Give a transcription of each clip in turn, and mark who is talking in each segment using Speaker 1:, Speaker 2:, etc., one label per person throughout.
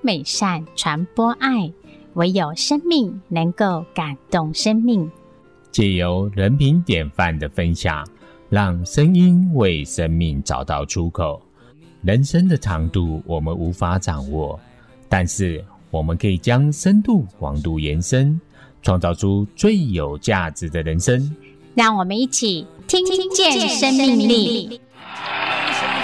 Speaker 1: 美善，传播爱。唯有生命能够感动生命。
Speaker 2: 借由人品典范的分享，让声音为生命找到出口。人生的长度我们无法掌握，但是我们可以将深度广度延伸，创造出最有价值的人生。
Speaker 1: 让我们一起听见生命力。
Speaker 3: 想去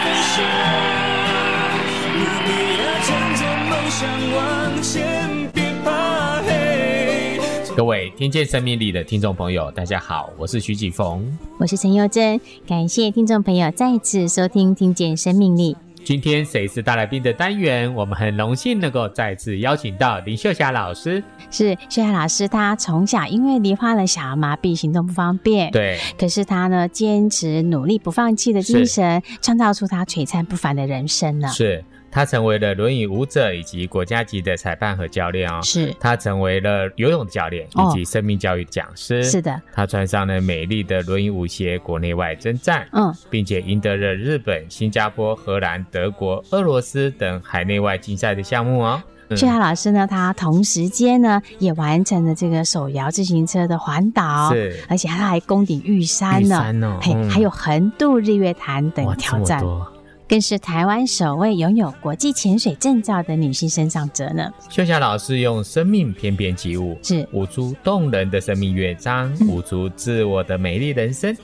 Speaker 3: 飞翔，努力地乘着梦想往前，别怕黑。
Speaker 2: 各位听见生命力的听众朋友，大家好，我是徐继峰。
Speaker 1: 我是陈佑珍，感谢听众朋友再次收听《听见生命力》。
Speaker 2: 今天谁是大来宾的单元，我们很荣幸能够再次邀请到林秀霞老师。
Speaker 1: 是秀雅老师，她从小因为罹患了小儿麻痹，行动不方便，
Speaker 2: 对，
Speaker 1: 可是她呢，坚持努力、不放弃的精神，创造出她璀璨不凡的人生呢。
Speaker 2: 是她成为了轮椅舞者以及国家级的裁判和教练哦。
Speaker 1: 是
Speaker 2: 她成为了游泳教练
Speaker 1: 哦
Speaker 2: 以及生命教育讲师。
Speaker 1: 是的，
Speaker 2: 她穿上了美丽的轮椅舞鞋，国内外征战，
Speaker 1: 嗯，
Speaker 2: 并且赢得了日本、新加坡、荷兰、德国、俄罗斯等海内外竞赛的项目哦。嗯
Speaker 1: 秀雅老师呢，她同时间呢也完成了这个手摇自行车的环岛，
Speaker 2: 是
Speaker 1: 而且她还攻顶玉山
Speaker 2: 玉
Speaker 1: 呢，
Speaker 2: 山哦，
Speaker 1: 嘿，
Speaker 2: 嗯
Speaker 1: 还有横渡日月潭等
Speaker 2: 哇
Speaker 1: 挑
Speaker 2: 这么
Speaker 1: 战。
Speaker 2: 多。
Speaker 1: 更是台湾首位拥有国际潜水证照的女性身上者呢。
Speaker 2: 秀霞老师用生命翩翩起舞，
Speaker 1: 是
Speaker 2: 舞出动人的生命乐章，舞出自我的美丽人生。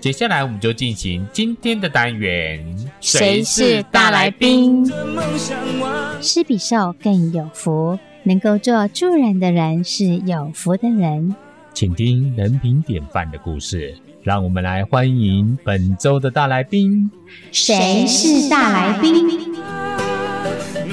Speaker 2: 接下来我们就进行今天的单元，？？
Speaker 3: 的梦想往
Speaker 1: 施比受更有福，能够做助人的人是有福的人。
Speaker 2: 请听人品典范的故事，让我们来欢迎本周的大来宾。
Speaker 1: 谁是大来宾？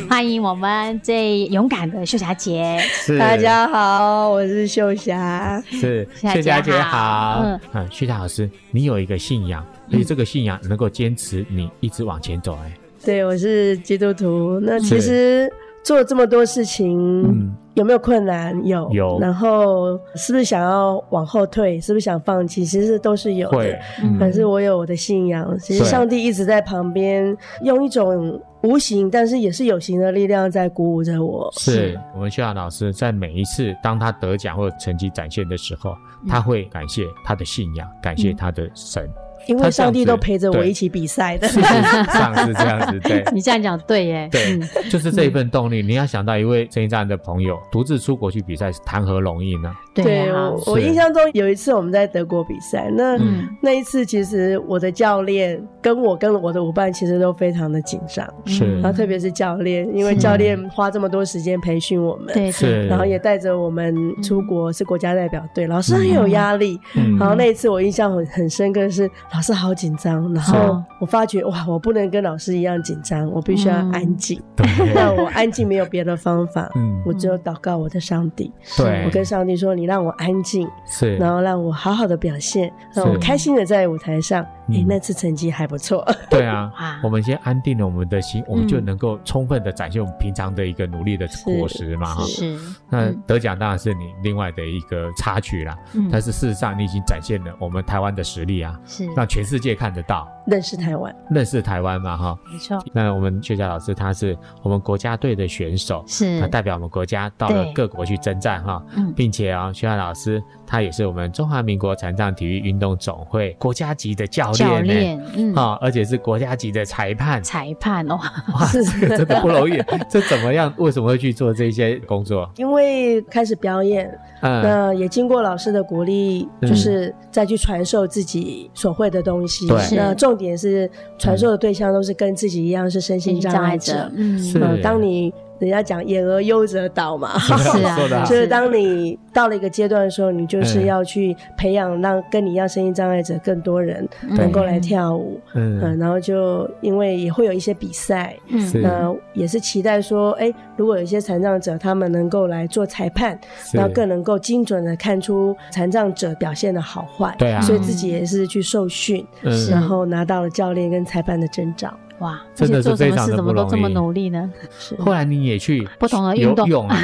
Speaker 1: 欢迎我们最勇敢的秀霞 姐。
Speaker 2: 是
Speaker 4: 大家好，我是秀霞。
Speaker 2: 是
Speaker 1: 夏
Speaker 2: 秀霞
Speaker 1: 姐
Speaker 2: 姐
Speaker 1: 好
Speaker 2: 好，
Speaker 1: 嗯
Speaker 2: 嗯，秀霞老师，你有一个信仰，而且这个信仰能够坚持你一直往前走、哎，
Speaker 4: 对，我是基督徒。那
Speaker 2: 是
Speaker 4: 其实做这么多事情，
Speaker 2: 嗯
Speaker 4: 有没有困难？有。
Speaker 2: 有
Speaker 4: 然后是不是想要往后退？是不是想放弃？其实都是有
Speaker 2: 会嗯
Speaker 4: 的。
Speaker 1: 嗯
Speaker 4: 可是我有我的信仰，其实
Speaker 2: 对
Speaker 4: 上帝一直在旁边，用一种无形但是也是有形的力量在鼓舞着我。
Speaker 2: 是我们秀雅老师在每一次当他得奖或成绩展现的时候，
Speaker 4: 嗯
Speaker 2: 他会感谢他的信仰，感谢他的神，
Speaker 4: 因
Speaker 2: 他
Speaker 4: 为
Speaker 2: 这样
Speaker 4: 上帝
Speaker 2: 子
Speaker 4: 都陪着我
Speaker 2: 对
Speaker 4: 一起比赛 的。
Speaker 2: 事实上是这样子， 对。
Speaker 1: 你这样讲对耶，
Speaker 2: 对
Speaker 1: 嗯，
Speaker 2: 就是这一份动力。你要想到一位生意站的朋友独自出国去比赛，谈何容易呢？
Speaker 1: 对啊，
Speaker 4: 我我
Speaker 2: 是
Speaker 4: 印象中有一次我们在德国比赛，那、
Speaker 1: 嗯
Speaker 4: 那一次其实我的教练跟我跟我的舞伴其实都非常的紧张，
Speaker 1: 嗯
Speaker 2: 是
Speaker 4: 然后特别是教练，因为教练花这么多时间培训我们。
Speaker 1: 对
Speaker 2: 是，
Speaker 4: 然后也带着我们出国，是国家代表队，老师很有压力。
Speaker 2: 嗯
Speaker 4: 然后那一次我印象很很深刻是，老师好紧张。然后我发觉哇，我不能跟老师一样紧张，我必须要
Speaker 1: 嗯
Speaker 4: 安静。 那
Speaker 2: 对，
Speaker 4: 我安静没有别的方法，
Speaker 2: 嗯，
Speaker 4: 我只有祷告我的上帝。
Speaker 2: 对，
Speaker 4: 我跟上帝说：“你让我安静，
Speaker 2: 是，
Speaker 4: 然后让我好好的表现，让我开心的在舞台上。
Speaker 2: 嗯
Speaker 4: 你、那次成绩还不错，
Speaker 2: 对啊
Speaker 1: 哇，
Speaker 2: 我们先安定了我们的心，我们就
Speaker 1: 嗯
Speaker 2: 能够充分的展现我们平常的一个努力的果实嘛。哈，
Speaker 1: 是，
Speaker 2: 那
Speaker 1: 嗯
Speaker 2: 得奖当然是你另外的一个插曲啦，
Speaker 1: 嗯
Speaker 2: 但是事实上你已经展现了我们台湾的实力啊，
Speaker 1: 是
Speaker 2: 让全世界看得到，
Speaker 4: 认识台湾。
Speaker 2: 认识台湾嘛哈。
Speaker 1: 没错，
Speaker 2: 那我们薛佳老师他是我们国家队的选手，他
Speaker 1: 是
Speaker 2: 代表我们国家到了
Speaker 1: 对
Speaker 2: 各国去征战哈。
Speaker 1: 嗯
Speaker 2: 并且啊、薛佳老师他也是我们中华民国残障体育运动总会国家级的教练、
Speaker 1: 教
Speaker 2: 呢
Speaker 1: 练，嗯，
Speaker 2: 啊、而且是国家级的裁 判，
Speaker 1: 裁判哇，
Speaker 2: 哇，这个真的不容易。这怎么样？为什么会去做这些工作？
Speaker 4: 因为开始表演，
Speaker 2: 嗯，
Speaker 4: 那也经过老师的鼓励，
Speaker 2: 嗯
Speaker 4: 就是再去传授自己所会的东西。
Speaker 2: 对
Speaker 4: 那重点是传授的对象都是跟自己一样是身心障碍者。
Speaker 1: 嗯，
Speaker 2: 是
Speaker 4: 呃当你人家讲演而优则导 嘛，
Speaker 1: 是啊
Speaker 2: 说得好
Speaker 4: 就是当你到了一个阶段的时候，你
Speaker 2: 嗯
Speaker 4: 就是要去培养让跟你一样身心障碍者更多人能够来跳舞。嗯，
Speaker 2: 嗯，
Speaker 4: 然后就因为也会有一些比赛，
Speaker 1: 嗯
Speaker 2: 是
Speaker 4: 那也是期待说，哎，如果有一些残障者他们能够来做裁判，
Speaker 2: 是
Speaker 4: 那更能够精准的看出残障者表现的好坏。
Speaker 2: 对啊
Speaker 4: 所以自己也是去受训，
Speaker 2: 嗯
Speaker 1: 是
Speaker 4: 然后拿到了教练跟裁判的证照。
Speaker 1: 哇，
Speaker 2: 真的
Speaker 1: 而且做
Speaker 2: 是非
Speaker 1: 什么
Speaker 2: 常
Speaker 1: 事
Speaker 2: 的
Speaker 1: 怎么
Speaker 2: 不
Speaker 1: 都这
Speaker 2: 容
Speaker 1: 么
Speaker 2: 易
Speaker 1: 努力呢？
Speaker 4: 是
Speaker 2: 后来你也去
Speaker 1: 不同的
Speaker 2: 游
Speaker 1: 运动
Speaker 2: 泳啊，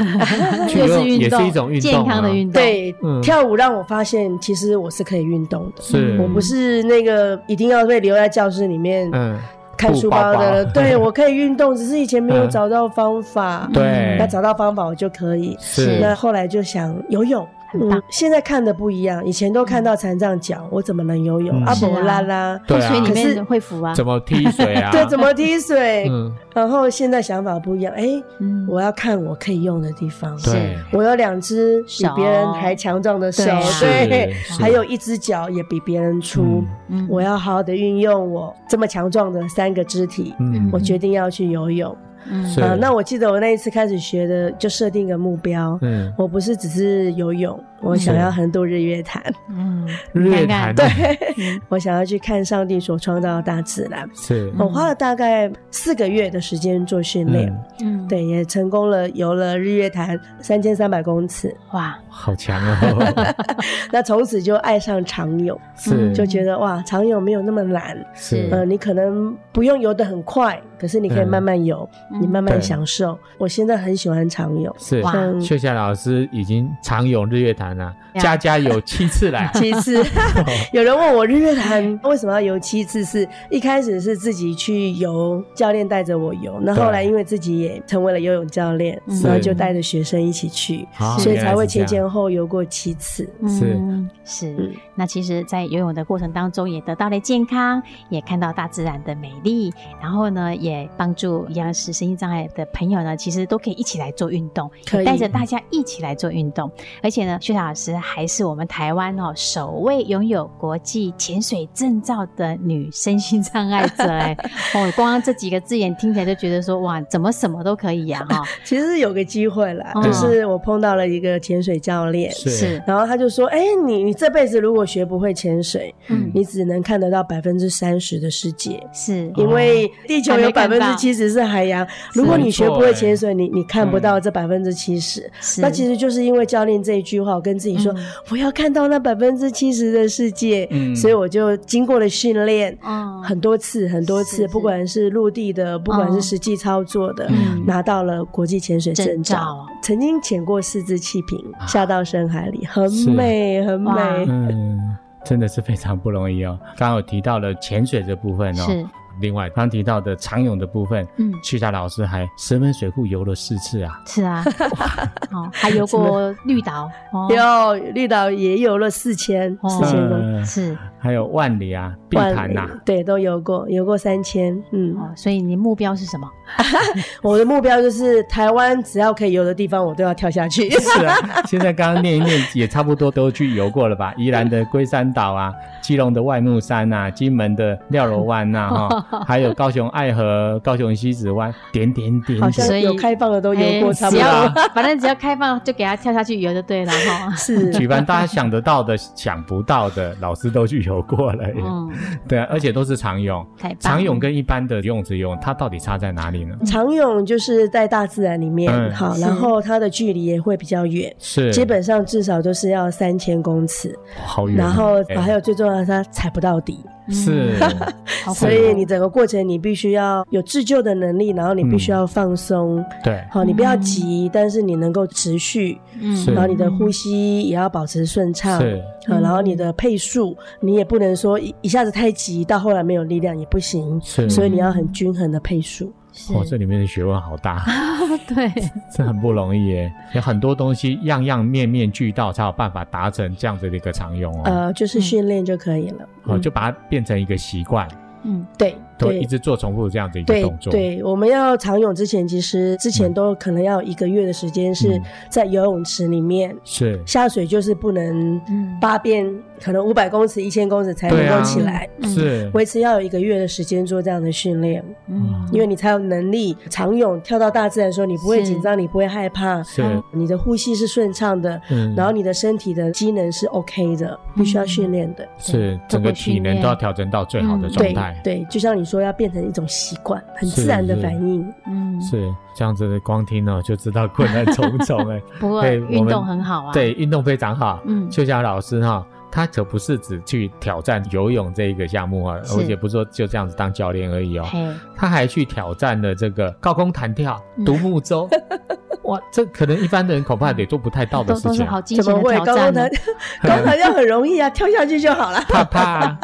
Speaker 2: 去
Speaker 1: 又
Speaker 2: 游
Speaker 1: 是
Speaker 2: 泳
Speaker 1: 运
Speaker 2: 也
Speaker 1: 动，
Speaker 2: 是一种运动、啊，
Speaker 1: 健康的运动，，
Speaker 4: 对，
Speaker 2: 嗯
Speaker 4: 跳舞让我发现，其实我是可以运动的。
Speaker 2: 是，
Speaker 4: 我不是那个一定要被留在教室里面
Speaker 2: 嗯，
Speaker 4: 看书包的了，
Speaker 2: 布包包
Speaker 4: 对我可以运动，只是以前没有
Speaker 2: 嗯
Speaker 4: 找到方法。
Speaker 2: 对，
Speaker 4: 那嗯找到方法我就可以。
Speaker 2: 是
Speaker 4: 那后来就想游泳，嗯
Speaker 1: 很棒。
Speaker 4: 现在看的不一样，以前都看到残障脚，我怎么能游泳？
Speaker 2: 嗯
Speaker 4: 阿
Speaker 1: 是啊
Speaker 4: 伯拉拉，
Speaker 2: 对
Speaker 1: 水
Speaker 2: 啊，
Speaker 1: 里
Speaker 4: 可
Speaker 1: 面
Speaker 4: 是
Speaker 1: 会浮啊，
Speaker 2: 怎么踢水啊？
Speaker 4: 对，怎么踢水？
Speaker 2: 嗯，
Speaker 4: 然后现在想法不一样，哎，
Speaker 1: 嗯，
Speaker 4: 我要看我可以用的地方。
Speaker 2: 对，
Speaker 4: 我有两只比别人还强壮的手
Speaker 1: 手对啊，
Speaker 4: 对，
Speaker 2: 是
Speaker 4: 还有一只脚也比别人粗。
Speaker 1: 嗯
Speaker 4: 我要好好的运用我这么强壮的三个肢体，
Speaker 2: 嗯
Speaker 4: 我决定要去游泳。
Speaker 1: 嗯
Speaker 2: 是
Speaker 4: 啊，那我记得我那一次开始学的，就设定个目标。
Speaker 2: 嗯，
Speaker 4: 我不是只是游泳，我想要横渡日月潭，
Speaker 1: 嗯，你
Speaker 2: 日
Speaker 1: 看
Speaker 2: 月
Speaker 1: 看
Speaker 2: 潭对
Speaker 4: 我想要去看上帝所创造的大自然。
Speaker 2: 是
Speaker 1: 嗯
Speaker 4: 我花了大概四个月的时间做训练，
Speaker 2: 嗯
Speaker 1: 嗯，
Speaker 4: 对，也成功了游了日月潭三千三百公尺。
Speaker 1: 哇，
Speaker 2: 好强 哦，
Speaker 4: 那从此就爱上长泳，
Speaker 2: 是
Speaker 4: 嗯就觉得哇，长泳没有那么难。
Speaker 2: 是
Speaker 4: 呃，你可能不用游得很快，可是你可以
Speaker 2: 嗯
Speaker 4: 慢慢游，你慢慢
Speaker 2: 对
Speaker 4: 享受。我现在很喜欢长泳，
Speaker 2: 是
Speaker 1: 哇
Speaker 4: 像，
Speaker 2: 秀霞老师已经常泳日月潭了，家家有七次来
Speaker 4: 其 次，有人问我日月潭为什么要游七次是，一开始是自己去游，教练带着我游，那
Speaker 2: 对
Speaker 4: 后来因为自己也成为了游泳教练，
Speaker 1: 是
Speaker 4: 然后就带着学生一起去，
Speaker 2: 啊
Speaker 4: 所以
Speaker 2: 原来
Speaker 4: 才
Speaker 2: 是
Speaker 4: 会
Speaker 2: 这
Speaker 4: 前
Speaker 2: 样
Speaker 4: 前后游过七次。
Speaker 2: 是
Speaker 1: 嗯是
Speaker 4: 嗯。
Speaker 1: 那其实，在游泳的过程当中，也得到了健康，也看到大自然的美丽，然后呢，也帮助一样是身心障碍的朋友呢，其实都可以一起来做运动，
Speaker 4: 可以
Speaker 1: 带着大家一起来做运动。而且呢，薛老师还是我们台湾哦首位拥有国际潜水证照的女身心障碍者哎 哦，光这几个字眼听起来就觉得说哇，怎么什么都可以呀、哈、
Speaker 4: 其实有个机会啦，
Speaker 1: 嗯
Speaker 4: 就是我碰到了一个潜水教练。
Speaker 2: 是
Speaker 4: 然后他就说：“哎、你你这辈子如果学不会潜水，
Speaker 1: 嗯
Speaker 4: 你只能看得到百分之三十的世界，
Speaker 1: 是哦
Speaker 4: 因为地球有百
Speaker 1: 还没
Speaker 4: 分
Speaker 1: 看到
Speaker 4: 之七十是海洋。如果你学不会潜水，你你看不到这百分之七十。
Speaker 1: 是，
Speaker 4: 那其实就是因为教练这一句话，我跟自己说，
Speaker 1: 嗯
Speaker 4: 我要看到那百分之七十的世界，
Speaker 2: 嗯
Speaker 4: 所以我就经过了训练。
Speaker 1: 嗯
Speaker 4: 很多次，很多
Speaker 1: 是
Speaker 4: 次，
Speaker 1: 是
Speaker 4: 不管是陆地的，不管是实际操作的，
Speaker 1: 嗯
Speaker 4: 拿到了国际潜水证
Speaker 1: 证
Speaker 4: 照
Speaker 1: 照。
Speaker 4: 曾经潜过四只气瓶，下到深海里，很
Speaker 2: 是
Speaker 4: 美，很美。
Speaker 1: 哇
Speaker 2: 嗯，真的是非常不容易哦。刚刚有提到了潜水这部分
Speaker 1: 嗯是
Speaker 2: 哦，另外刚提到的长泳的部分，
Speaker 1: 嗯
Speaker 2: 去他老师还石门水库游了四次啊，
Speaker 1: 是啊， 哦，还游过绿岛，哦，
Speaker 4: 有绿岛也有了四千
Speaker 1: 哦
Speaker 4: 四千公
Speaker 2: 嗯
Speaker 1: 是
Speaker 2: 还有万里啊、碧潭呐、
Speaker 4: 里对，都游过，游过三千。嗯，
Speaker 1: 哦，所以你目标是什么？
Speaker 4: 我的目标就是台湾只要可以游的地方，我都要跳下去。
Speaker 2: 是啊，现在刚刚念一念也差不多都去游过了吧？宜兰的龟山岛啊，基隆的外木山啊，金门的廖楼湾呐、哈，还有高雄爱河、高雄西子湾，点点点
Speaker 4: 好
Speaker 1: 所
Speaker 2: 点，
Speaker 4: 像
Speaker 1: 以
Speaker 4: 有开放的都游过，
Speaker 1: 哎
Speaker 4: 差不
Speaker 1: 只要
Speaker 4: 多。
Speaker 1: 反正只要开放就给他跳下去游就对了哈
Speaker 4: 是
Speaker 2: 举办大家想得到的、想不到的，老师都去游过了耶。
Speaker 1: 嗯，
Speaker 2: 对啊，而且都是长泳。
Speaker 1: 太棒了
Speaker 2: 长泳跟一般的游泳池游泳，它到底差在哪里呢？
Speaker 4: 长泳，就是在大自然里面，
Speaker 2: 嗯
Speaker 4: 好，
Speaker 1: 是
Speaker 4: 然后它的距离也会比较远。
Speaker 2: 是，
Speaker 4: 基本上至少都是要三千公尺，
Speaker 2: 好远哦。
Speaker 4: 然后
Speaker 2: 哎
Speaker 4: 还有最重要的是它踩不到底，
Speaker 2: 是，
Speaker 4: 嗯
Speaker 1: 好酷
Speaker 4: 所
Speaker 1: 哦
Speaker 4: 以你整个过程你必须要有自救的能力，然后你必
Speaker 2: 嗯
Speaker 4: 须要放松，
Speaker 2: 对，
Speaker 4: 好，你不要
Speaker 1: 嗯
Speaker 4: 急，但是你能够持续，
Speaker 1: 嗯
Speaker 2: 是
Speaker 4: 然后你的呼吸也要保持顺畅，
Speaker 2: 是
Speaker 4: 好然后你的配速你也不能说一一下子太急，到后来没有力量也不行，
Speaker 2: 是。
Speaker 4: 所以你要很均衡的配速。
Speaker 1: 是
Speaker 2: 哇，这里面的学问好 大。
Speaker 1: 对，
Speaker 2: 这很不容易耶，有很多东西样样面面俱到，才有办法达成这样子的一个常用哦。
Speaker 4: 呃，就是
Speaker 1: 嗯
Speaker 4: 训练就可以了。嗯
Speaker 2: 哦，就把它变成一个习惯，
Speaker 1: 嗯
Speaker 4: 对
Speaker 2: 都
Speaker 4: 对
Speaker 2: 一直做重复这样子一个
Speaker 4: 对
Speaker 2: 动作。
Speaker 4: 对，我们要长泳之前，其实之前
Speaker 2: 嗯
Speaker 4: 都可能要有一个月的时间是
Speaker 2: 嗯
Speaker 4: 在游泳池里面、
Speaker 2: 是
Speaker 4: 下水，就是不能
Speaker 1: 嗯
Speaker 4: 八遍，可能五百公尺、一千公尺才
Speaker 2: 对
Speaker 4: 能
Speaker 2: 啊
Speaker 4: 够起来。
Speaker 1: 嗯
Speaker 2: 是，
Speaker 4: 维持要有一个月的时间做这样的训练，
Speaker 1: 嗯，
Speaker 4: 因为你才有能力长泳跳到大自然的时候，你不会
Speaker 1: 是
Speaker 4: 紧张，你不会害怕，嗯
Speaker 2: 是，
Speaker 4: 你的呼吸是顺畅的，
Speaker 2: 嗯
Speaker 4: 然后你的身体的机能是 OK 的，必须要
Speaker 1: 嗯
Speaker 4: 训练的。
Speaker 2: 是整个体能都要调整到最好的
Speaker 1: 嗯
Speaker 2: 状
Speaker 4: 对
Speaker 2: 态。
Speaker 4: 对，就像你说，要变成一种习惯，很
Speaker 2: 是
Speaker 4: 自然的
Speaker 2: 是
Speaker 4: 反应。
Speaker 1: 嗯，
Speaker 2: 是这样子，光听哦就知道困难重重哎。
Speaker 1: 不过
Speaker 2: 对我
Speaker 1: 运
Speaker 2: 们
Speaker 1: 动很好啊。
Speaker 2: 对，运动非常好。
Speaker 1: 嗯
Speaker 2: 秀霞老师哈、他可不是只去挑战游泳这一个项目啊，
Speaker 1: 是
Speaker 2: 而且不是说就这样子当教练而已哦，
Speaker 1: 嘿，
Speaker 2: 他还去挑战了这个高空弹跳、独木舟，哇，这可能一般的人恐怕也做不太到的
Speaker 1: 都
Speaker 2: 事
Speaker 1: 都是
Speaker 2: 情，啊
Speaker 1: 好惊
Speaker 4: 怎
Speaker 1: 险
Speaker 4: 么
Speaker 1: 的
Speaker 4: 会？
Speaker 1: 挑
Speaker 4: 高空
Speaker 1: 战呢
Speaker 4: 弹， 高空弹跳很容易啊，跳下去就 好了
Speaker 2: 怕怕啊，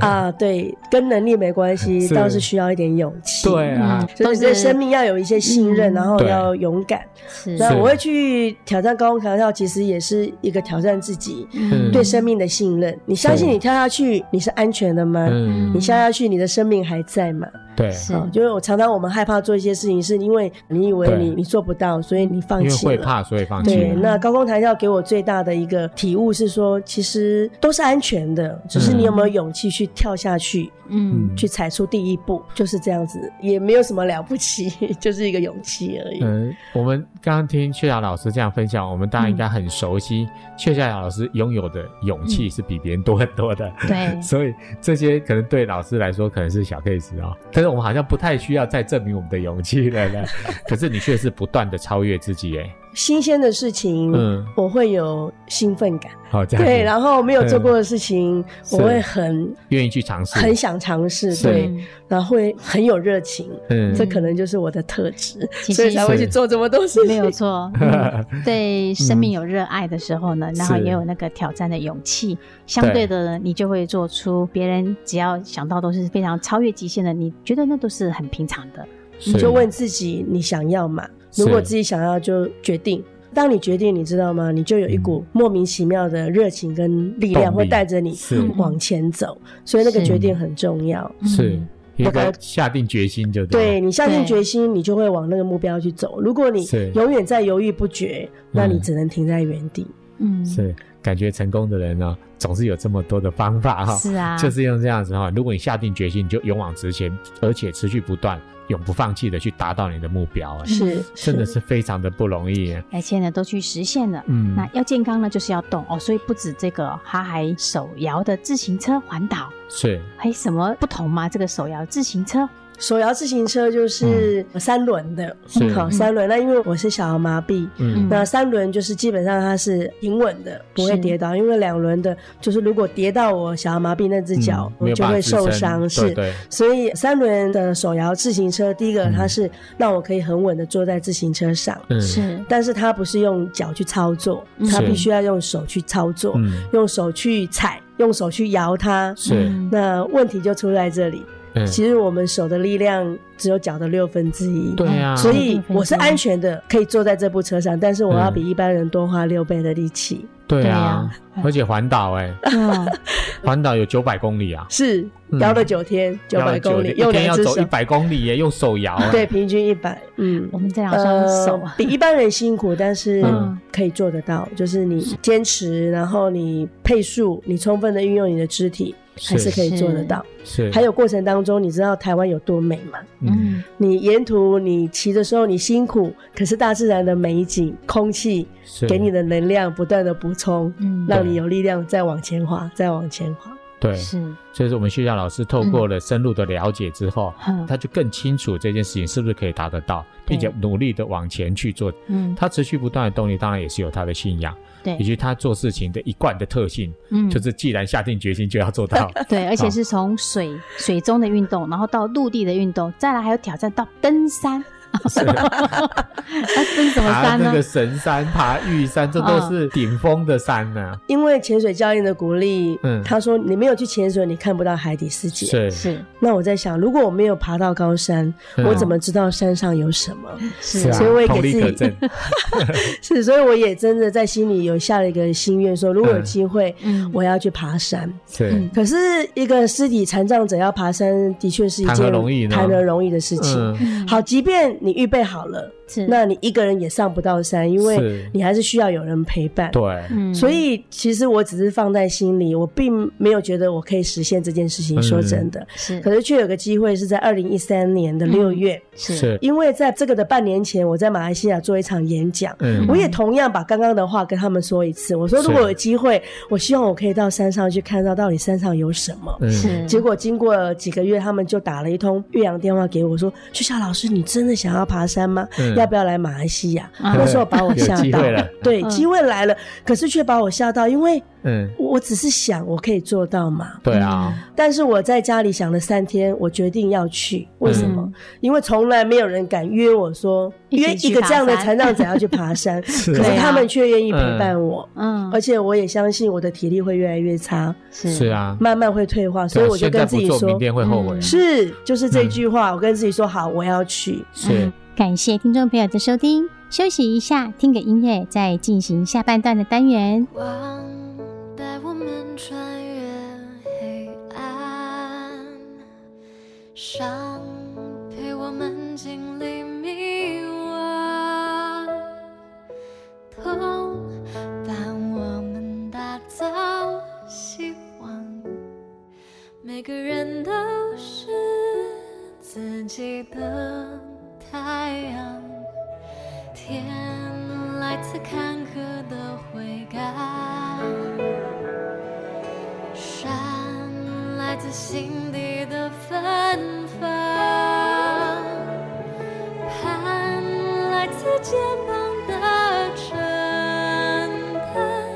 Speaker 4: 啊。对，跟能力没关系，
Speaker 2: 是
Speaker 4: 倒是需要一点勇气。
Speaker 2: 对 啊，
Speaker 4: 所以你对生命要有一些信任，
Speaker 1: 嗯
Speaker 4: 然后
Speaker 2: 对
Speaker 4: 要勇敢。
Speaker 1: 是
Speaker 4: 那
Speaker 2: 是
Speaker 4: 我会去挑战高空弹跳，其实也是一个挑战自己
Speaker 1: 嗯
Speaker 4: 对生命的信任。你相信你跳下去你是安全的吗？
Speaker 2: 嗯
Speaker 4: 你，跳下去，你的生命还在吗？
Speaker 2: 对，
Speaker 1: 是
Speaker 4: 哦，就是我常常我们害怕做一些事情，是因为你以为
Speaker 2: 对
Speaker 4: 你你做不到，所以你放
Speaker 2: 因为
Speaker 4: 弃
Speaker 2: 会
Speaker 4: 了。
Speaker 2: 怕，嗯所以放弃
Speaker 4: 对，
Speaker 2: 了，
Speaker 4: 那高空弹跳给我最大的一个体悟是说，其实都是安全的，只
Speaker 2: 嗯
Speaker 4: 是你有没有勇气去跳下去，
Speaker 1: 嗯
Speaker 4: 去踩出第一步，就是这样子，也没有什么了不起， 就是一个勇气而已。
Speaker 2: 嗯，我们刚刚听薛晓老师这样分享，我们大家应该很熟悉
Speaker 4: 嗯
Speaker 2: 薛晓老师拥有的勇气是比别人多很多的，
Speaker 1: 对
Speaker 2: 所以这些可能对老师来说可能是小 case 哦，但是我们好像不太需要再证明我们的勇气了 呢。可是你却是不断的超越自己，哎，
Speaker 4: 新鲜的事情，
Speaker 2: 嗯
Speaker 4: 我会有兴奋感，
Speaker 2: 好，这样子嗯
Speaker 4: 对，然后没有做过的事情，
Speaker 2: 是
Speaker 4: 我会很
Speaker 2: 愿意去尝试，
Speaker 4: 很想尝试，
Speaker 2: 是
Speaker 4: 对，然后会很有热情，
Speaker 2: 嗯
Speaker 4: 这可能就是我的特质，
Speaker 1: 其
Speaker 4: 所以
Speaker 1: 实
Speaker 4: 才会去
Speaker 2: 是
Speaker 4: 做这么多事情。
Speaker 1: 没有错， 嗯对生命有热爱的时候呢，然后
Speaker 2: 是
Speaker 1: 也有那个挑战的勇气，相对的呢，你就会做出别人只要想到都是非常超越极限的，你觉得那都是很平常的。
Speaker 2: 是
Speaker 4: 你就问自己你想要嘛？
Speaker 2: 是
Speaker 4: 如果自己想要，就决定。当你决定，你知道吗？你就有一股莫名其妙的热情跟力量，
Speaker 2: 动力
Speaker 4: 会带着你
Speaker 2: 是
Speaker 4: 往前走。所以那个
Speaker 1: 是
Speaker 4: 决定很重要。
Speaker 2: 是
Speaker 1: 嗯
Speaker 2: 一
Speaker 4: 我
Speaker 2: 个
Speaker 4: 感
Speaker 2: 下定决心就
Speaker 4: 对
Speaker 2: 了
Speaker 4: 你下定
Speaker 1: 对
Speaker 4: 决心，你就会往那个目标去走。如果你
Speaker 2: 是
Speaker 4: 永远在犹豫不决，那你
Speaker 2: 嗯
Speaker 4: 只能停在原地。
Speaker 1: 嗯，
Speaker 2: 是感觉成功的人呢，总是有这么多的方法哈，
Speaker 1: 是啊，
Speaker 2: 就是用这样子哈、如果你下定决心，你就勇往直前，而且持续不断、永不放弃的去达到你的目标、哎
Speaker 4: 是，
Speaker 2: 真的是非常的不容易。哎
Speaker 1: 而且呢都去实现了。
Speaker 2: 嗯，
Speaker 1: 那要健康呢，就是要动哦，所以不止这个哦，他还手摇的自行车环岛，
Speaker 2: 是
Speaker 1: 还有什么不同吗？这个手摇自行车，
Speaker 4: 手摇自行车就是三轮的，
Speaker 2: 嗯是
Speaker 4: 好三轮。那因为我是小儿麻痹，
Speaker 2: 嗯
Speaker 1: 嗯
Speaker 4: 那三轮就是基本上它是平稳的，不会
Speaker 1: 是
Speaker 4: 跌倒，因为两轮的，就是如果跌到我小儿麻痹那只脚，
Speaker 2: 嗯没
Speaker 4: 我
Speaker 2: 有
Speaker 4: 就
Speaker 2: 办法
Speaker 4: 会
Speaker 2: 支撑
Speaker 4: 受伤。是，
Speaker 2: 对对
Speaker 4: 所以三轮的手摇自行车，第一个
Speaker 2: 嗯
Speaker 4: 它是让我可以很稳的坐在自行车上，
Speaker 2: 嗯
Speaker 1: 是
Speaker 4: 但是它不是用脚去操作
Speaker 1: 嗯，
Speaker 4: 它
Speaker 2: 是
Speaker 4: 必须要用手去操作，
Speaker 2: 嗯
Speaker 4: 用手去踩，用手去摇它。
Speaker 2: 是
Speaker 1: 嗯
Speaker 4: 那问题就出在这里，
Speaker 2: 嗯
Speaker 4: 其实我们手的力量只有脚的六分之一。
Speaker 2: 对啊呀、
Speaker 4: 嗯所以我是安全的，可以坐在这部车上，但是我要比一般人多花六倍的力气。
Speaker 2: 对
Speaker 1: 对
Speaker 2: 啊
Speaker 1: 啊，
Speaker 2: 而且环岛哎、
Speaker 1: 嗯，
Speaker 2: 环岛有九百公里啊，
Speaker 4: 是
Speaker 2: 嗯
Speaker 4: 摇了九天， 九
Speaker 2: 要
Speaker 4: 百
Speaker 2: 了
Speaker 4: 公
Speaker 2: 天
Speaker 4: 里，
Speaker 2: 一
Speaker 4: 用
Speaker 2: 天要
Speaker 4: 两只
Speaker 2: 走
Speaker 4: 手
Speaker 2: 一，百公里耶、用手摇、哎
Speaker 4: 对，，平均一百，嗯呃
Speaker 1: 我。们这两双
Speaker 2: 呃
Speaker 1: 手啊，
Speaker 4: 比一般人辛苦，但是
Speaker 2: 嗯
Speaker 4: 可以做得到。就是你坚持，然后你配速，你充分的运用你的肢体，还是可以做得到。
Speaker 2: 是
Speaker 4: 还有过程当中，你知道台湾有多美吗？
Speaker 2: 嗯
Speaker 1: 嗯，
Speaker 4: 你沿途你骑的时候你辛苦，可是大自然的美景、空气
Speaker 2: 是
Speaker 4: 给你的能量不断的补充，
Speaker 1: 嗯
Speaker 4: 让你有力量再往前滑，再往前滑。
Speaker 2: 对，
Speaker 1: 是，
Speaker 2: 所以说我们学校老师透过了深入的了解之后。
Speaker 1: 嗯
Speaker 2: 他就更清楚这件事情是不是可以达得到，
Speaker 1: 对
Speaker 2: 并且努力的往前去做。
Speaker 1: 嗯，
Speaker 2: 他持续不断的动力，当然也是有他的信仰，以
Speaker 1: 对，
Speaker 2: 及他做事情的一贯的特性，
Speaker 1: 嗯
Speaker 2: 就是既然下定决心就要做 到。
Speaker 1: 对，而且
Speaker 2: 好
Speaker 1: 是从水水中的运动，然后到陆地的运动，再来还有挑战到登山。 那登什么
Speaker 2: 爬
Speaker 1: 山
Speaker 2: 那
Speaker 1: 呢
Speaker 2: 啊个？神山、爬玉山，这都
Speaker 1: 嗯
Speaker 2: 是顶峰的山啊呢、
Speaker 4: 因为潜水教练的鼓励，
Speaker 2: 嗯
Speaker 4: 他说你没有去潜水，你看不到海底世界。
Speaker 2: 是
Speaker 1: 是
Speaker 4: 那我在想，如果我没有爬到高山，
Speaker 2: 嗯
Speaker 4: 我怎么知道山上有什么？
Speaker 2: 是
Speaker 1: 是
Speaker 2: 啊
Speaker 4: 所以我，也
Speaker 2: 同
Speaker 4: 给
Speaker 2: 理
Speaker 4: 自己
Speaker 2: 可证。
Speaker 4: 是，所以我也真的在心里有下了一个心愿，说如果有
Speaker 2: 嗯
Speaker 4: 机会，
Speaker 1: 嗯
Speaker 4: 我要去爬山。
Speaker 2: 是
Speaker 1: 嗯
Speaker 4: 可是，一个尸体残障者要爬山，的确是一
Speaker 2: 谈何
Speaker 4: 件
Speaker 2: 容易呢
Speaker 4: 谈何容易的事情。
Speaker 2: 嗯，
Speaker 4: 好，即便你预备好了，
Speaker 1: 是
Speaker 4: 那你一个人也上不到山，因为
Speaker 2: 是
Speaker 4: 你还是需要有人陪伴。
Speaker 2: 对，
Speaker 1: 嗯
Speaker 4: 所以其实我只是放在心里，我并没有觉得我可以实现这件事情。
Speaker 2: 嗯
Speaker 4: 说真的，
Speaker 1: 是
Speaker 4: 可是却有个机会是在二零一三年
Speaker 2: 嗯
Speaker 4: 的六月，
Speaker 1: 是
Speaker 2: 是
Speaker 4: 因为在这个的半年前，我在马来西亚做一场演讲。
Speaker 2: 嗯
Speaker 4: 我也同样把刚刚的话跟他们说一次。我说，
Speaker 2: 是
Speaker 4: 如果有机会，我希望我可以到山上去看到到底山上有什么。
Speaker 2: 嗯
Speaker 1: 是，
Speaker 4: 结果经过几个月，他们就打了一通岳阳电话给我，说：“学校老师，你真的想要爬山吗？要不要来马来西亚？
Speaker 1: 嗯
Speaker 4: 那时候把我吓
Speaker 2: 嗯有机
Speaker 4: 到
Speaker 2: 会了，
Speaker 4: 对，
Speaker 1: 嗯
Speaker 4: 机会来了，可是却把我吓到，因为
Speaker 2: 嗯，
Speaker 4: 我我只是想我可以做到嘛，
Speaker 2: 对啊，
Speaker 4: 但是我在家里想了三天，我决定要去，为什么？
Speaker 1: 嗯
Speaker 4: 因为从来没有人敢约我说
Speaker 1: 一起
Speaker 4: 约
Speaker 1: 去
Speaker 4: 一个这样的
Speaker 1: 爬山
Speaker 4: 残障者要去爬 山，可
Speaker 2: 是
Speaker 4: 是
Speaker 1: 对啊
Speaker 4: 他们却愿意陪伴我，
Speaker 1: 嗯，
Speaker 4: 而且我也相信我的体力会越来越差，
Speaker 1: 是
Speaker 2: 是，啊，
Speaker 4: 慢慢会退嗯化，所
Speaker 2: 对
Speaker 4: 以
Speaker 2: 啊
Speaker 4: 我就
Speaker 2: 现在
Speaker 4: 跟自
Speaker 2: 不
Speaker 4: 己
Speaker 2: 做，
Speaker 4: 说
Speaker 2: 明，天会后悔啊，
Speaker 1: 嗯
Speaker 4: 是，就是
Speaker 2: 嗯
Speaker 4: 这句话，我跟自己说好，我要去。
Speaker 2: 是，
Speaker 1: 感谢听众朋友的收听，休息一下，听个音乐，再进行下半段的单元。
Speaker 5: 光带我们穿越黑暗，伤陪我们经历迷惘，痛伴我们打造希望。每个人都是自己的太阳。天来自坎坷的悔改，山来自心底的芬芳，盼来自肩膀的承担。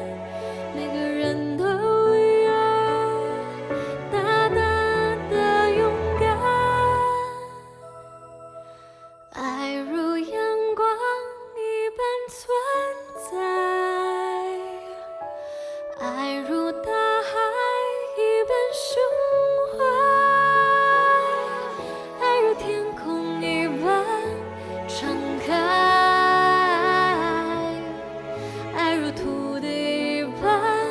Speaker 5: 每个人都有大大的勇敢。爱如阳光一般存在，爱如大海一般胸怀，爱如天空一般敞开，爱如土地一般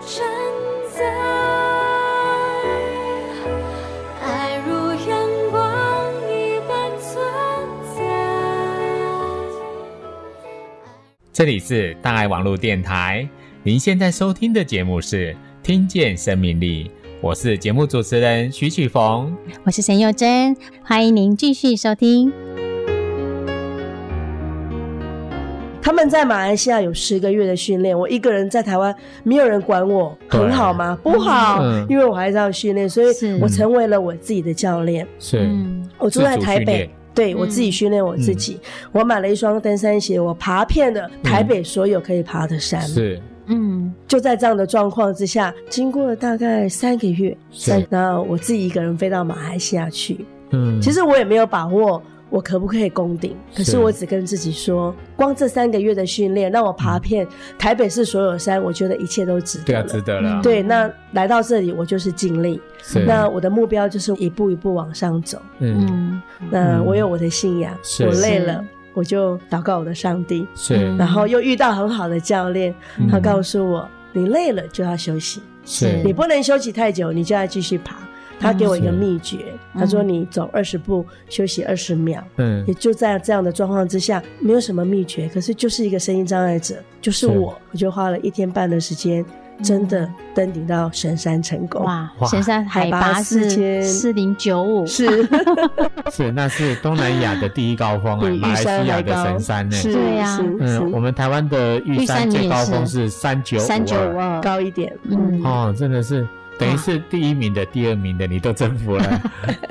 Speaker 5: 承载。爱如阳光一般存在。
Speaker 2: 这里是大爱网络电台，您现在收听的节目是《听见生命力》，我是节目主持人徐启逢。
Speaker 1: 我是沈幼珍，欢迎您继续收听。
Speaker 4: 他们在马来西亚有十个月的训练，我一个人在台湾，没有人管我，
Speaker 2: 对
Speaker 4: 很好吗？不好，
Speaker 2: 嗯
Speaker 4: 因为我还是要训练，所以
Speaker 1: 是
Speaker 4: 我成为了我自己的教练。
Speaker 2: 是
Speaker 1: 嗯，
Speaker 4: 我住在台
Speaker 2: 自主训
Speaker 4: 北
Speaker 2: 练，嗯
Speaker 4: 对
Speaker 1: 嗯
Speaker 4: 我自己训练我自己，我买了一双登山鞋，我爬遍了台北所有可以爬的山。
Speaker 2: 是，
Speaker 1: 嗯，
Speaker 4: 就在这样的状况之下，经过了大概三个月，
Speaker 2: 是
Speaker 4: 三，然后我自己一个人飞到马来西亚去。
Speaker 2: 嗯，
Speaker 4: 其实我也没有把握。我可不可以攻顶？可
Speaker 2: 是
Speaker 4: 是我只跟自己说，光这三个月的训练让我爬遍台北市所有山，我觉得一切都值
Speaker 2: 对
Speaker 4: 得
Speaker 2: 啊，
Speaker 4: 了。
Speaker 2: 值得了，
Speaker 4: 嗯对那来到这里，我就是尽力。
Speaker 2: 是
Speaker 4: 那我的目标就是一步一步往上走。
Speaker 2: 嗯
Speaker 1: 嗯，
Speaker 4: 那
Speaker 2: 嗯
Speaker 4: 我有我的信仰，
Speaker 2: 是
Speaker 4: 我累
Speaker 1: 是
Speaker 4: 了我就祷告我的上帝，
Speaker 2: 是
Speaker 4: 然后又遇到很好的教练，
Speaker 2: 嗯
Speaker 4: 他告诉我，你累了就要休息，
Speaker 2: 是
Speaker 4: 你不能休息太久，你就要继续爬。他给我一个
Speaker 2: 嗯是
Speaker 4: 秘诀，他说你走二十步，休息二十秒。
Speaker 2: 嗯
Speaker 4: 也就在这样的状况之下，没有什么秘诀，可是就是一个声音障碍者，就是
Speaker 2: 是
Speaker 4: 我，我就花了一天半的时间，真的登顶到神山成功。
Speaker 1: 哇，
Speaker 2: 哇
Speaker 1: 神山海
Speaker 4: 哦海
Speaker 1: 拔
Speaker 4: 拔
Speaker 1: 是
Speaker 4: 4000
Speaker 1: 四零九五，
Speaker 4: 是
Speaker 2: 是，那是东南亚的第一高峰哎，
Speaker 4: 比玉
Speaker 2: 马来
Speaker 4: 山
Speaker 2: 西亚
Speaker 4: 还
Speaker 2: 的
Speaker 4: 高，
Speaker 2: 神山呢。
Speaker 4: 是
Speaker 1: 对啊
Speaker 4: 是
Speaker 2: 嗯，我
Speaker 4: 是
Speaker 2: 们台湾的玉
Speaker 1: 玉山
Speaker 2: 山最
Speaker 1: 也
Speaker 2: 高峰
Speaker 1: 是
Speaker 2: 是三九
Speaker 1: 三九五
Speaker 2: 二，
Speaker 1: 二，
Speaker 4: 高一点，嗯，
Speaker 1: 嗯，
Speaker 2: 哦，真的是等于是第一名的、第二名的你都征服了，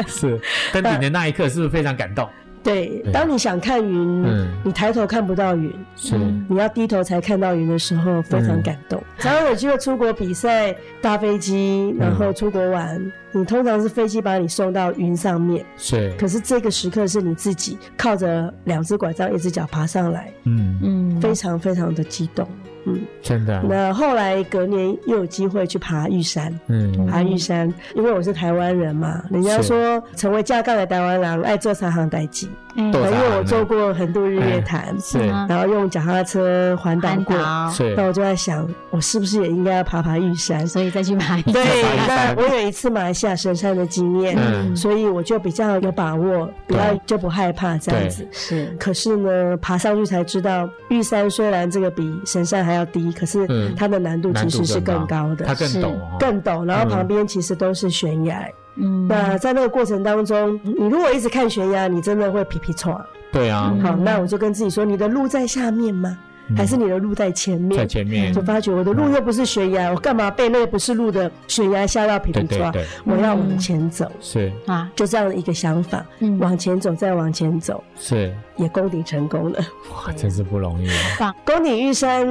Speaker 2: 是登顶的那一刻是不是非常感动？
Speaker 4: 对
Speaker 2: 对。
Speaker 4: 当你想看云
Speaker 2: 嗯，
Speaker 4: 你抬头看不到云，
Speaker 2: 是嗯
Speaker 1: 嗯
Speaker 4: 你要低头才看到云的时候，非常感动。常常有机会出国比赛、搭飞机，然
Speaker 2: 嗯
Speaker 4: 后出国玩，你通常是飞机把你送到云上面，
Speaker 2: 是，
Speaker 4: 可是这个时刻是你自己靠着两只拐杖、一只脚爬上来，
Speaker 2: 嗯，
Speaker 1: 嗯，
Speaker 4: 非常非常的激动。嗯，
Speaker 2: 真的，
Speaker 4: 那后来隔年又有机会去爬玉山，
Speaker 2: 嗯，
Speaker 4: 爬玉山，因为我是台湾人嘛，人家
Speaker 2: 是
Speaker 4: 说成为架杠的台湾人爱做三行代记，
Speaker 1: 哎
Speaker 2: 对三行啊
Speaker 4: 因
Speaker 2: 哎
Speaker 4: 为我
Speaker 2: 呢
Speaker 4: 做过横渡日月潭，
Speaker 2: 是
Speaker 1: 吗
Speaker 4: 然后用脚踏车环岛
Speaker 1: 环
Speaker 4: 过，
Speaker 1: 岛，
Speaker 2: 是
Speaker 4: 那我就在想，我是不是也应该要爬爬玉山？
Speaker 1: 所以再去买，
Speaker 4: 对
Speaker 2: 爬玉，
Speaker 4: 那
Speaker 2: 山
Speaker 4: 我有一次马来西亚神山的经验，
Speaker 2: 嗯
Speaker 4: 所以我就比较有把握，不要就不害怕这样子。
Speaker 1: 是，
Speaker 4: 可 是呢，爬上去才知道，玉山虽然这个比神山还要低，可是
Speaker 2: 嗯
Speaker 4: 它的难度
Speaker 2: 难
Speaker 4: 其
Speaker 2: 度
Speaker 4: 实是更高的
Speaker 2: 他，更
Speaker 1: 是
Speaker 2: 懂哦，
Speaker 4: 更陡，然后
Speaker 2: 嗯
Speaker 4: 旁边其实都是悬崖。
Speaker 1: 嗯，
Speaker 4: 那在那个过程当中，你如果一直看悬崖，你真的会皮皮挫。
Speaker 2: 对啊，
Speaker 1: 嗯
Speaker 4: 好，那我就跟自己说，你的路在下面吗？还是你的路在前面？
Speaker 2: 嗯在前面
Speaker 4: 就，发觉我的路又不是悬崖，我干嘛被那个不是路的悬崖下到平
Speaker 2: 对对
Speaker 4: 抓？
Speaker 2: 对，
Speaker 4: 我要往前走，
Speaker 2: 是
Speaker 1: 啊，
Speaker 4: 就这样的一个想法，
Speaker 1: 嗯，
Speaker 4: 往前走，再往前走，
Speaker 2: 是，
Speaker 4: 也攻顶成功了。
Speaker 2: 哇，真是不容易啊。
Speaker 4: 攻顶玉山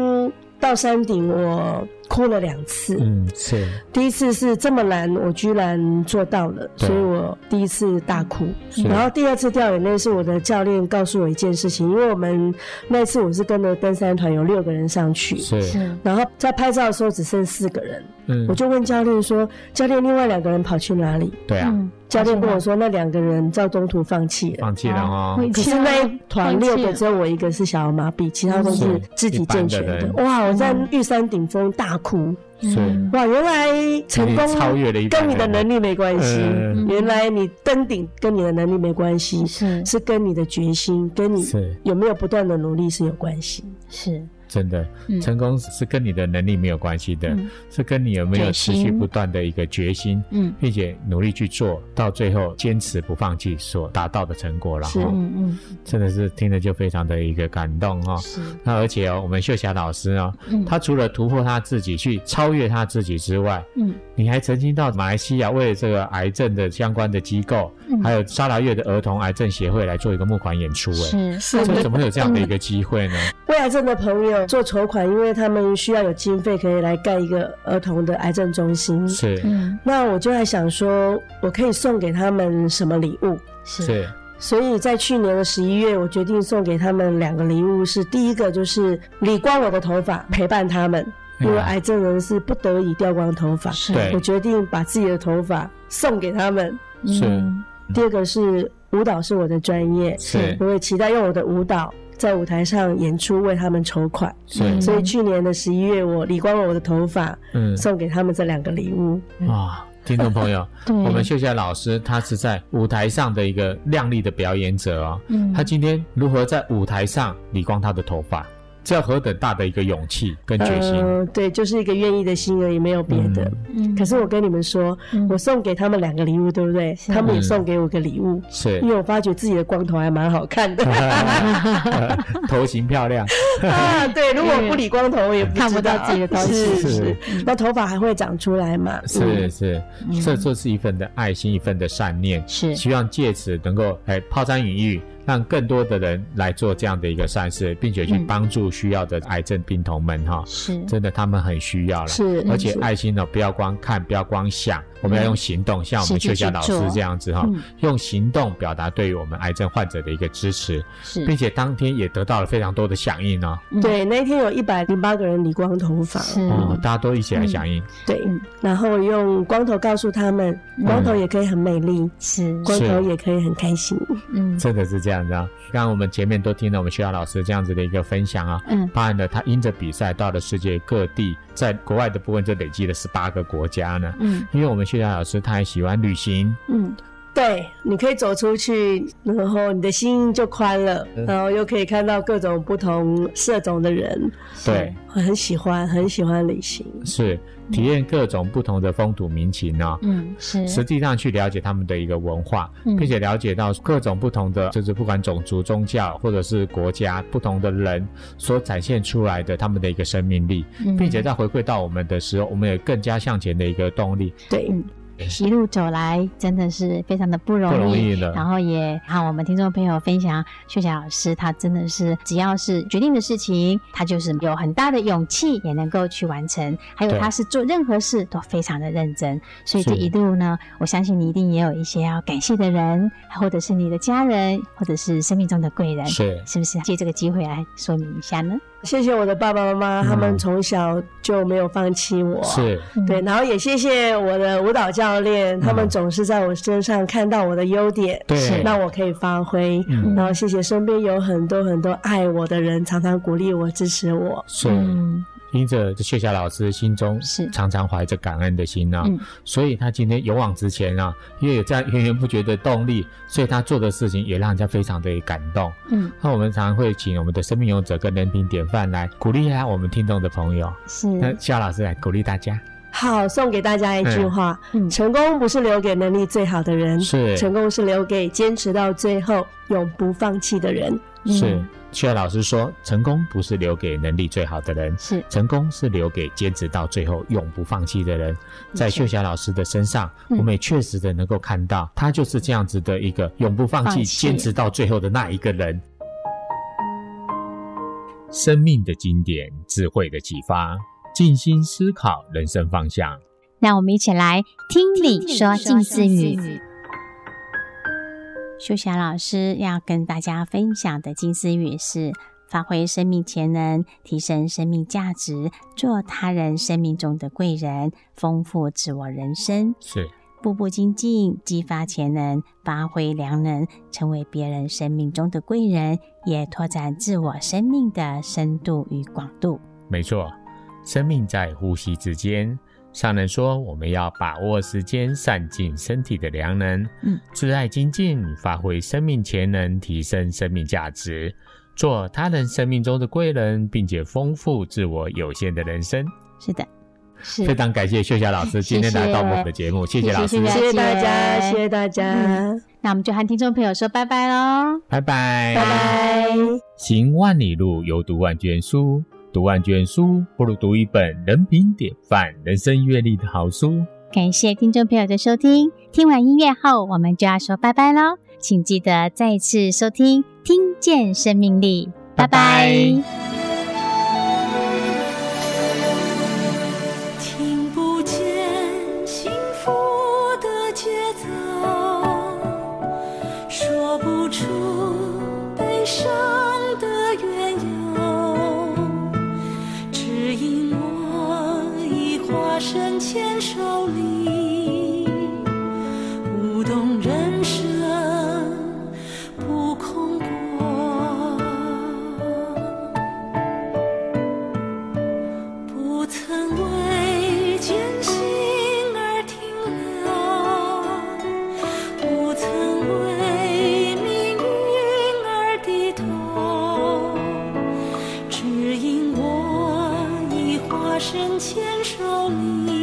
Speaker 4: 到山顶，我哭了两次。
Speaker 2: 嗯，是，
Speaker 4: 第一次是这么难，我居然做到了，
Speaker 2: 对
Speaker 4: 所以我第一次大哭。
Speaker 2: 是
Speaker 4: 然后第二次掉眼泪是我的教练告诉我一件事情，因为我们那次我是跟着登山团有六个人上去，
Speaker 2: 是，
Speaker 1: 是
Speaker 4: 然后在拍照的时候只剩四个人，
Speaker 2: 嗯
Speaker 4: 我，就问教练说：“教练，另外两个人跑去哪里
Speaker 2: 对
Speaker 1: 嗯
Speaker 2: 啊，？”
Speaker 4: 教练跟我说：“那两个人在中途放弃了。
Speaker 2: 放弃了哦，
Speaker 1: 会
Speaker 4: 可是那一团六个只有我一个是小儿麻痹，其他都是
Speaker 2: 是
Speaker 4: 肢体健全
Speaker 2: 一般
Speaker 4: 的。
Speaker 2: 的
Speaker 4: 哇！我在玉山顶峰大哭，
Speaker 2: 是，
Speaker 1: 嗯
Speaker 4: 哇！原来成功
Speaker 2: 你超越了一般
Speaker 4: 跟你的能力没关系，
Speaker 2: 嗯
Speaker 4: 原来你登顶跟你的能力没关系，
Speaker 1: 是
Speaker 4: 是跟你的决心跟你
Speaker 2: 是
Speaker 4: 有没有不断的努力是有关系。
Speaker 1: 是，
Speaker 2: 真的，
Speaker 1: 嗯
Speaker 2: 成功是跟你的能力没有关系的
Speaker 1: 嗯，
Speaker 2: 是跟你有没有
Speaker 1: 决
Speaker 2: 持
Speaker 1: 心
Speaker 2: 续不断的一个决心，
Speaker 1: 嗯
Speaker 2: 并且努力去做到最后，坚持不放弃所达到的成果了
Speaker 4: 是
Speaker 2: 哈。
Speaker 1: 嗯
Speaker 2: 真的是听着就非常的一个感动哈
Speaker 1: 嗯，。是，
Speaker 2: 那而且哦，我们秀霞老师哦，
Speaker 1: 嗯
Speaker 2: 她除了突破她自己去超越她自己之外，
Speaker 1: 嗯
Speaker 2: 你还曾经到马来西亚为了这个癌症的相关的机构，
Speaker 1: 嗯
Speaker 2: 还有沙拉越的儿童癌症协会来做一个募款演出，哎，
Speaker 1: 是嗯
Speaker 4: 是
Speaker 2: 这怎么会有这样的一个机会呢？
Speaker 4: 为癌症的朋友做筹款，因为他们需要有经费可以来盖一个儿童的癌症中心。
Speaker 2: 是
Speaker 1: 嗯
Speaker 4: 那我就在想说，我可以送给他们什么礼物？
Speaker 1: 是
Speaker 2: 是，
Speaker 4: 所以在去年的十一月，我决定送给他们两个礼物是，第一个就是理光我的头发，陪伴他们，
Speaker 2: 嗯
Speaker 4: 因为癌症人是不得已掉光头发，
Speaker 1: 是
Speaker 2: 对
Speaker 4: 我决定把自己的头发送给他们。
Speaker 2: 是
Speaker 1: 嗯
Speaker 4: 第二个是舞蹈是我的专业，
Speaker 2: 是
Speaker 4: 我也期待用我的舞蹈在舞台上演出，为他们筹款。
Speaker 2: 是
Speaker 1: 嗯，
Speaker 4: 所以去年的十一月，我理光了我的头发，
Speaker 2: 嗯
Speaker 4: 送给他们这两个礼物。
Speaker 2: 啊，听众朋友，
Speaker 1: 嗯 对
Speaker 2: 我们秀霞老师她是在舞台上的一个亮丽的表演者哦，
Speaker 1: 嗯
Speaker 2: 她今天如何在舞台上理光她的头发，这要何等大的一个勇气跟决心，
Speaker 4: 呃，对，就是一个愿意的心而已，没有别的。
Speaker 2: 嗯
Speaker 1: 嗯
Speaker 4: 可是我跟你们说，
Speaker 1: 嗯
Speaker 4: 我送给他们两个礼物，对不对？
Speaker 1: 是
Speaker 4: 他们也送给我个礼物，
Speaker 2: 是
Speaker 4: 因为我发觉自己的光头还蛮好看的
Speaker 2: 头型漂亮，
Speaker 1: 嗯
Speaker 4: 啊。对，如果不理光头，我也
Speaker 1: 看不到自己的
Speaker 4: 东
Speaker 1: 东西
Speaker 4: 西。
Speaker 2: 是
Speaker 4: 是，那头发还会长出来嘛？嗯
Speaker 2: 是是，这就是一份的爱心，一份的善念，
Speaker 1: 嗯是
Speaker 2: 希望借此能够哎抛砖引玉，让更多的人来做这样的一个善事，并且去
Speaker 1: 嗯
Speaker 2: 帮助需要的癌症病童们哈。
Speaker 1: 是
Speaker 2: 真的，他们很需要了，
Speaker 4: 是
Speaker 2: 而且
Speaker 4: 是
Speaker 2: 爱心呢，哦不要光看，不要光想，我们要用行动，像我们
Speaker 1: 嗯实际
Speaker 2: 秀霞
Speaker 1: 去
Speaker 2: 老师
Speaker 1: 做
Speaker 2: 这样子哈
Speaker 1: 嗯，
Speaker 2: 用行动表达对于我们癌症患者的一个支持，
Speaker 1: 是
Speaker 2: 并且当天也得到了非常多的响应哦，
Speaker 1: 嗯
Speaker 4: 对，那一天有一百零八个人理光头发，
Speaker 1: 是
Speaker 2: 哦，大家都一起来响应，
Speaker 4: 对
Speaker 1: 嗯，
Speaker 4: 然后用光头告诉他们，光头也可以很美丽，
Speaker 1: 是
Speaker 4: 光头也可以很开心。
Speaker 1: 嗯
Speaker 2: 真的是这样子啊！刚刚我们前面都听了我们学校老师这样子的一个分享啊，
Speaker 1: 嗯
Speaker 2: 包含了他因着比赛到了世界各地，在国外的部分就累积了十八个国家呢。
Speaker 1: 嗯
Speaker 2: 因为我们学校老师他还喜欢旅行，
Speaker 1: 嗯
Speaker 4: 对，你可以走出去，然后你的心就宽了，
Speaker 2: 嗯
Speaker 4: 然后又可以看到各种不同社种的人，
Speaker 2: 对，
Speaker 4: 我很喜欢，很喜欢旅行。
Speaker 2: 是体验各种不同的风土民情哦呢、
Speaker 1: 嗯是
Speaker 2: 实际上去了解他们的一个文化，
Speaker 1: 嗯
Speaker 2: 并且了解到各种不同的，就是不管种族、宗教或者是国家不同的人所展现出来的他们的一个生命力，
Speaker 1: 嗯
Speaker 2: 并且在回馈到我们的时候，我们有更加向前的一个动力。
Speaker 4: 对，
Speaker 1: 嗯一路走来真的是非常的不容易，
Speaker 2: 不容易的
Speaker 1: 然后也和我们听众朋友分享，秀霞老师她真的是只要是决定的事情，她就是有很大的勇气也能够去完成。还有
Speaker 2: 对
Speaker 1: 她是做任何事都非常的认真，所以
Speaker 2: 是
Speaker 1: 这一路呢，我相信你一定也有一些要感谢的人，或者是你的家人，或者是生命中的贵人，
Speaker 2: 是
Speaker 1: 是不是？借这个机会来说明一下呢？
Speaker 4: 谢谢我的爸爸妈妈，
Speaker 2: 嗯
Speaker 4: 他们从小就没有放弃我。。
Speaker 2: 是，
Speaker 4: 对，
Speaker 1: 嗯
Speaker 4: 然后也谢谢我的舞蹈教练，他们
Speaker 2: 嗯
Speaker 4: 总是在我身上看到我的优点，
Speaker 2: 对，
Speaker 4: 让我可以发挥。
Speaker 2: 嗯
Speaker 4: 然后谢谢身边有很多很多爱我的人，常常鼓励我、支持我。
Speaker 2: 是。
Speaker 1: 嗯
Speaker 2: 因着秀霞老师心中
Speaker 1: 是
Speaker 2: 常常怀着感恩的心啊，
Speaker 1: 嗯
Speaker 2: 所以他今天勇往直前啊，因为有这样源源不绝的动力，所以他做的事情也让人家非常的感动。
Speaker 1: 嗯，
Speaker 2: 那我们常常会请我们的生命勇者跟人品典范来鼓励一下我们听众的朋友，
Speaker 1: 是
Speaker 2: 那夏老师来鼓励大家，
Speaker 4: 好，送给大家一句话：
Speaker 1: 嗯
Speaker 4: 成功不是留给能力最好的人，
Speaker 2: 是
Speaker 4: 成功是留给坚持到最后、永不放弃的人。
Speaker 2: 是
Speaker 1: 嗯，
Speaker 2: 谢老师说，成功不是留给能力最好的人，
Speaker 1: 是
Speaker 2: 成功是留给坚持到最后、永不放弃的人。在
Speaker 1: 没错
Speaker 2: 秀霞老师的身上，
Speaker 1: 嗯
Speaker 2: 我们也确实的能够看到，他就是这样子的一个永不放
Speaker 1: 放
Speaker 2: 弃、
Speaker 1: 弃
Speaker 2: 坚持到最后的那一个人。生命的经典，智慧的启发，静心思考人生方向。
Speaker 1: 那我们一起来听你说近似语。秀霞老师要跟大家分享的近似语是：发挥生命潜能，提升生命价值，做他人生命中的贵人，丰富自我人生，
Speaker 2: 是
Speaker 1: 步步精进，激发潜能，发挥良能，成为别人生命中的贵人，也拓展自我生命的深度与广度。
Speaker 2: 没错，生命在呼吸之间。上人说，我们要把握时间，善尽身体的良能，
Speaker 1: 嗯，
Speaker 2: 自爱精进，发挥生命潜能，提升生命价值，做他人生命中的贵人，并且丰富自我有限的人生。
Speaker 1: 是的，是
Speaker 2: 非常感谢秀霞老师今天
Speaker 1: 谢谢
Speaker 2: 来到我们的节目，谢谢老师
Speaker 1: 谢，
Speaker 4: 谢谢大家，
Speaker 1: 了解
Speaker 4: 谢谢大家，
Speaker 1: 嗯那我们就和听众朋友说拜拜喽。
Speaker 2: 拜拜，
Speaker 4: 拜拜。
Speaker 2: 行万里路，犹读万卷书。读万卷书，不如读一本人品典范、人生阅历的好书。
Speaker 1: 感谢听众朋友的收听。听完音乐后，我们就要说拜拜喽，请记得再次收听《听见生命力》，
Speaker 2: 拜拜
Speaker 5: 听不见幸福的节奏，说不出悲伤的缘由，只因我已化身牵手里，舞动人生不空过。不曾为艰辛而停留，不曾为命运而低头，只因我已化身牵手里。